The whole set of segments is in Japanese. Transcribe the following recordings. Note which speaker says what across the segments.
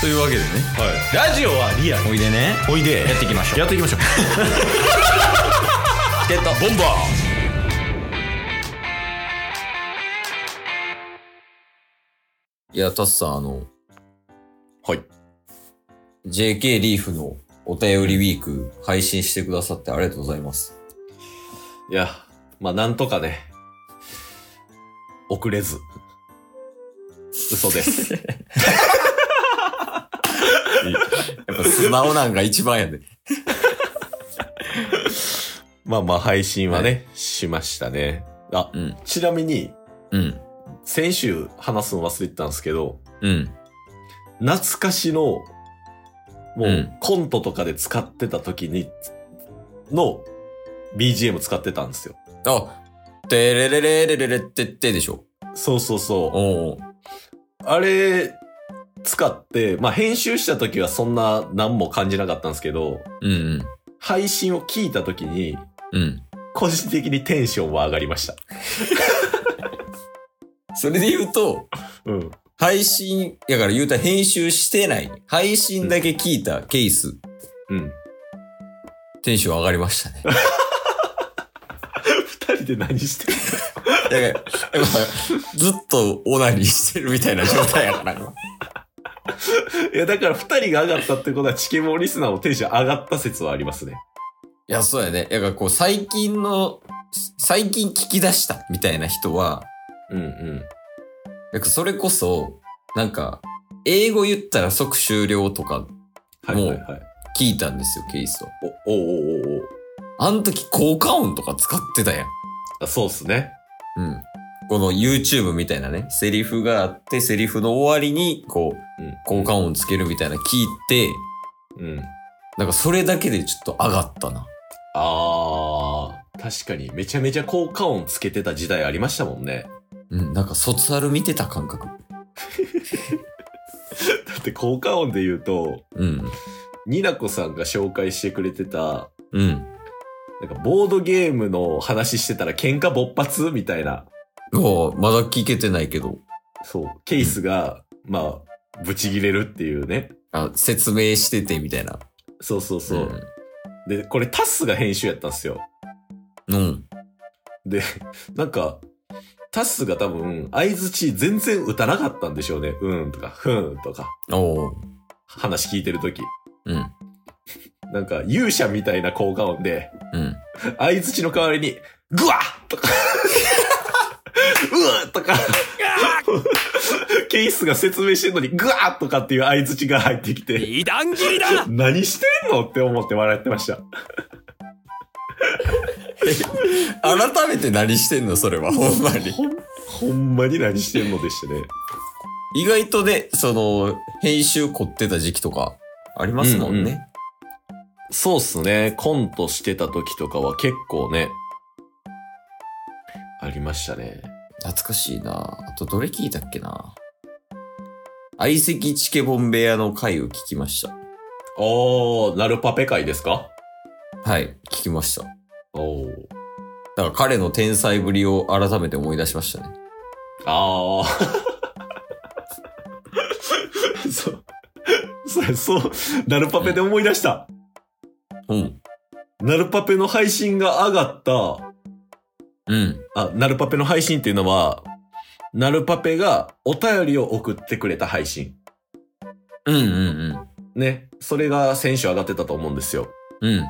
Speaker 1: というわけでね
Speaker 2: ラジオはリアル
Speaker 1: おいでね
Speaker 2: おいで
Speaker 1: やっていきましょう
Speaker 2: やっていきましょう
Speaker 1: チケットボンバーいや、タスさん、あの、
Speaker 2: はい
Speaker 1: JK リーフのお便りウィーク配信してくださってありがとうございます。
Speaker 2: いやまあなんとかね遅れず嘘です
Speaker 1: やっぱ素直なんか一番やで。
Speaker 2: まあまあ配信はね、しましたねあ
Speaker 1: うん。
Speaker 2: ちなみに
Speaker 1: うん。
Speaker 2: 先週話すの忘れてたんですけど
Speaker 1: うん。
Speaker 2: 懐かしのもう、
Speaker 1: うん
Speaker 2: コントとかで使ってた時にの BGM 使ってたんですよ
Speaker 1: あ、てれれれれれれってってでしょ。
Speaker 2: そうそうそう
Speaker 1: おう
Speaker 2: あれ、使って、まあ、編集した時はそんな何も感じなかったんですけど、
Speaker 1: うん
Speaker 2: 配信を聞いた時に、
Speaker 1: うん。うん。
Speaker 2: 個人的にテンションは上がりました。
Speaker 1: それで言うと、
Speaker 2: うん。
Speaker 1: 配信、やから言うたら編集してない。配信だけ聞いたケース、
Speaker 2: うん。
Speaker 1: テンション上がりましたね。
Speaker 2: 二人で何してる
Speaker 1: だから、やっぱずっとオナニーしてるみたいな状態やから。い
Speaker 2: いや、だから二人が上がったってことは、チケモンリスナーのテンション上がった説はありますね。
Speaker 1: や、そうやね。やからこう、最近の、最近聞き出したみたいな人は、
Speaker 2: うんうん。
Speaker 1: やっぱそれこそ、なんか、英語言ったら即終了とか
Speaker 2: はいはいはい。
Speaker 1: 聞いたんですよ、ケースを。
Speaker 2: お、おうおうおうおう
Speaker 1: あの時効果音とか使ってたやん。
Speaker 2: あそうっすね。
Speaker 1: うん。この YouTube みたいなね、セリフがあって、セリフの終わりに、こう、
Speaker 2: うん。
Speaker 1: 効果音つけるみたいな聞いて、
Speaker 2: うん。
Speaker 1: なんかそれだけでちょっと上がったな。
Speaker 2: あー、確かにめちゃめちゃ効果音つけてた時代ありましたもんね。
Speaker 1: うん、なんか卒アル見てた感覚。
Speaker 2: だって効果音で言うと、
Speaker 1: うん。
Speaker 2: ニナコさんが紹介してくれてた、
Speaker 1: うん。
Speaker 2: なんかボードゲームの話してたら喧嘩勃発みたいな、
Speaker 1: おまだ聞けてないけど、
Speaker 2: そう、ケースが、まあ、ブチギレるっていうね。
Speaker 1: あ説明しててみたいな。
Speaker 2: そうそうそう。で、これタスが編集やったんですよ。
Speaker 1: うん。うん。
Speaker 2: で、 なんか、タスが多分、相づち全然打たなかったんでしょうね。うんとか、ふんとか、
Speaker 1: おう
Speaker 2: 話聞いてるとき。
Speaker 1: うん。
Speaker 2: なんか、勇者みたいな効果音で、
Speaker 1: うん。
Speaker 2: 相づちの代わりに、ぐわっとか、 うわっとか、ケースが説明してんのに、ぐわっとかっていう相づちが入ってきて、
Speaker 1: 二段切りだ
Speaker 2: 何してんのって思って笑ってました。
Speaker 1: 改めて何してんのそれは、ほんまに。
Speaker 2: ほん、ほんまに何してんのでしたね。
Speaker 1: 意外とね、その、編集凝ってた時期とか、ありますもんね。
Speaker 2: そうっすね。コントしてた時とかは結構ね、ありましたね。
Speaker 1: 懐かしいなあと、どれ聞いたっけな相席チケボン部屋の回を聞きました。
Speaker 2: おー、ナルパペ会ですか
Speaker 1: はい、聞きました。だ
Speaker 2: おー。
Speaker 1: から彼の天才ぶりを改めて思い出しましたね。
Speaker 2: ああ。 そう。それ、そう。ナルパペで思い出した。
Speaker 1: うん。
Speaker 2: ナルパペの配信が上がった、
Speaker 1: うん。
Speaker 2: あ、ナルパペの配信っていうのは、ナルパペがお便りを送ってくれた配信。
Speaker 1: うんうん
Speaker 2: ね。それが先週上がってたと思うんですよ。
Speaker 1: うん。うん。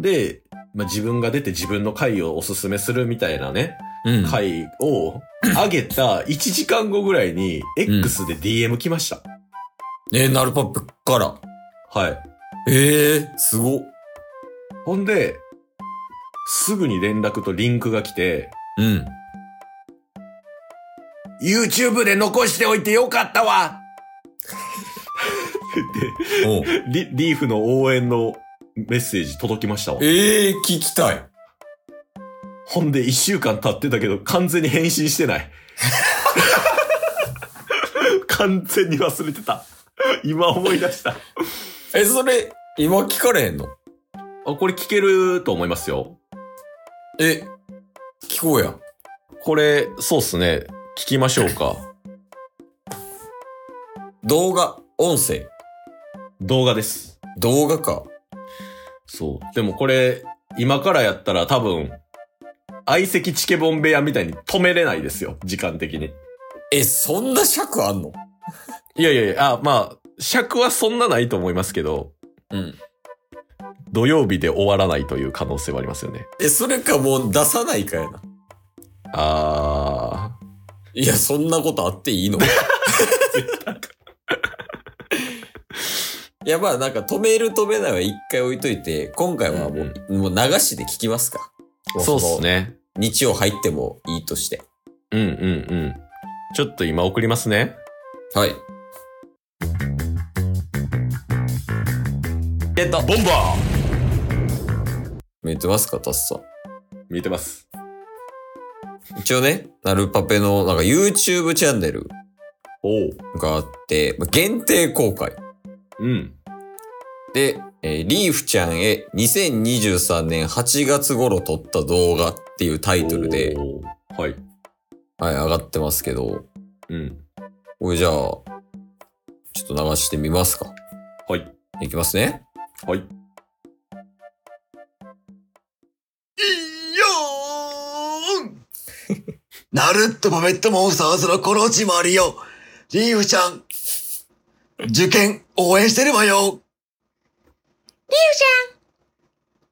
Speaker 2: で、まあ、自分が出て自分の回をおすすめするみたいなね、
Speaker 1: うん。
Speaker 2: 回を上げた1時間後ぐらいに X で DM 来ました。
Speaker 1: えー、ナルパップから。
Speaker 2: はい。
Speaker 1: ええー、すご。
Speaker 2: ほんで、すぐに連絡とリンクが来て、
Speaker 1: うん。
Speaker 2: YouTube で残しておいてよかったわ
Speaker 1: おう
Speaker 2: でリ、リーフの応援のメッセージ届きましたわ。
Speaker 1: ええー、聞きたい。
Speaker 2: ほんで一週間経ってたけど完全に返信してない。 完全に忘れてた。今思い出した。あ、
Speaker 1: え、それ、今聞かれへんの
Speaker 2: これ聞けると思いますよ。
Speaker 1: え、聞こうや。
Speaker 2: これ、そうっすね。聞きましょうか。
Speaker 1: 動画、音声、
Speaker 2: 動画です。
Speaker 1: 動画か。
Speaker 2: そう。でもこれ、今からやったら多分、相席チケボン部屋みたいに止めれないですよ。時間的に。
Speaker 1: え、そんな尺あんの
Speaker 2: いやいやいや、あ、まあ、尺はそんなないと思いますけど、
Speaker 1: うん。
Speaker 2: 土曜日で終わらないという可能性はありますよね。
Speaker 1: え、それかもう出さないかやな。
Speaker 2: あ
Speaker 1: いや、そんなことあっていい のいや、まあなんか止める止めないは一回置いといて、今回はもう,、もう流しで聞きますか。
Speaker 2: ー、そうっす。ね。
Speaker 1: 日曜入ってもいいとして。
Speaker 2: うんうんうん。ちょっと今送りますね。
Speaker 1: はい。
Speaker 2: ゲットボンバー
Speaker 1: 見えてますか、タスさん。
Speaker 2: 見えてます。
Speaker 1: 一応ね、ナルパペのなんか YouTube チャンネル
Speaker 2: おう。
Speaker 1: があって、まあ限定公開。
Speaker 2: うん。
Speaker 1: で、えーリーフちゃんへ2023年8月頃撮った動画っていうタイトルで、
Speaker 2: おー。はい。
Speaker 1: はい、上がってますけど、
Speaker 2: うん。
Speaker 1: これじゃあ、ちょっと流してみますか。
Speaker 2: はい。
Speaker 1: いきますね。
Speaker 2: はい。いよーん
Speaker 3: ナルットパペットモンスターズのコロチマリオ。リーフちゃん。受験応援してるわよ。
Speaker 4: リュウちゃん。ふ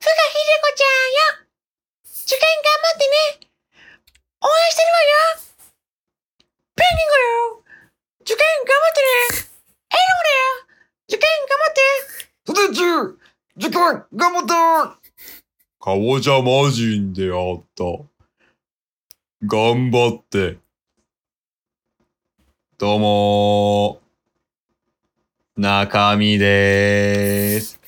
Speaker 4: がひでこちゃんよ。受験頑張ってね。応援してるわよ。ペンギンゴよ。受験頑張ってね。エロだよ。受験頑張って。
Speaker 3: ステチュー受験頑張ったかぼちゃ魔人であった。頑張って。どうもー。中身でーす。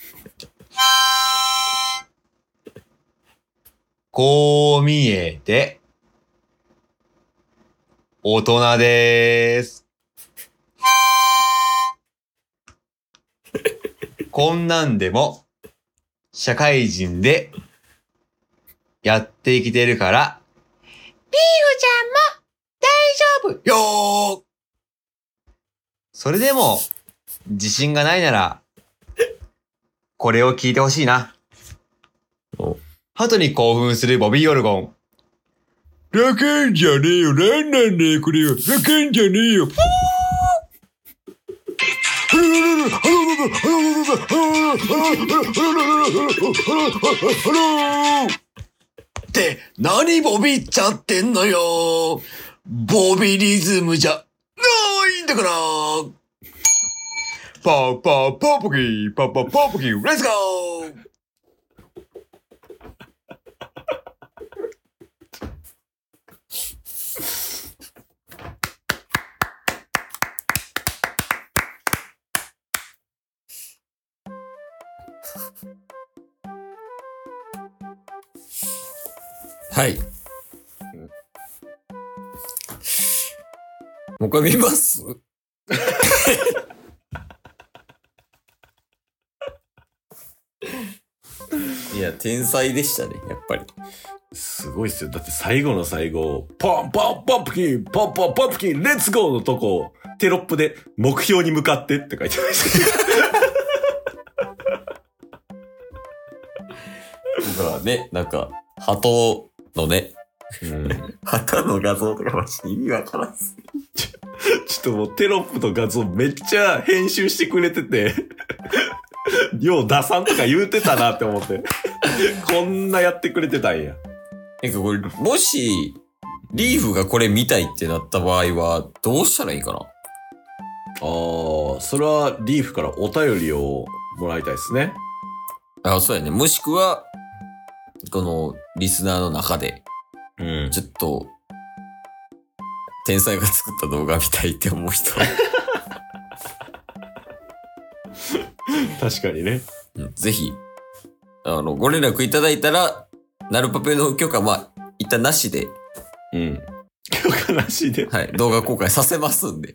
Speaker 3: こう見えて、大人でーす。こんなんでも、社会人で、やって生きてるから、ビーフちゃんも、大丈夫よーそれでも、自信がないなら、これを聞いてほしいな
Speaker 1: お。
Speaker 3: 鳩に興奮するボビー・オルゴン。ラケンじゃねえよ、なんなんだよ、これよ。ラケンじゃねえよ。 って、何ボビっちゃってんのよ。ボビリズムじゃないんだから。パーパーパーポキー、パーパーパーポキー、レッツゴー
Speaker 1: はい。もう一回見 ますいや、天才でしたね、やっぱり。
Speaker 2: すごいっすよ。だって最後の最後、ポンポンポンプキン、ポンポンポンプキン、レッツゴーのとこ、テロップで目標に向かってって書いてました。
Speaker 1: だからね、なんか、鳩のね、
Speaker 2: うん、ちょ
Speaker 1: 旗の画像とかマジで意味わからんっす。
Speaker 2: っともうテロップと画像めっちゃ編集してくれてて、よう出さんとか言うてたなって思って。こんなやってくれてたんや。
Speaker 1: なんかこれ、もし、リーフがこれ見たいってなった場合は、どうしたらいいかな
Speaker 2: ああ、それはリーフからお便りをもらいたいですね。
Speaker 1: あ、そうやね。もしくは、この、リスナーの中で、
Speaker 2: うん。
Speaker 1: ちょっと、天才が作った動画見たいって思う人、
Speaker 2: 確かにね。
Speaker 1: うんぜひ、あの、ご連絡いただいたら、ナルパペの許可、まあ、一旦なしで、
Speaker 2: うん。今日悲しい で。
Speaker 1: はい、動画公開させますんで。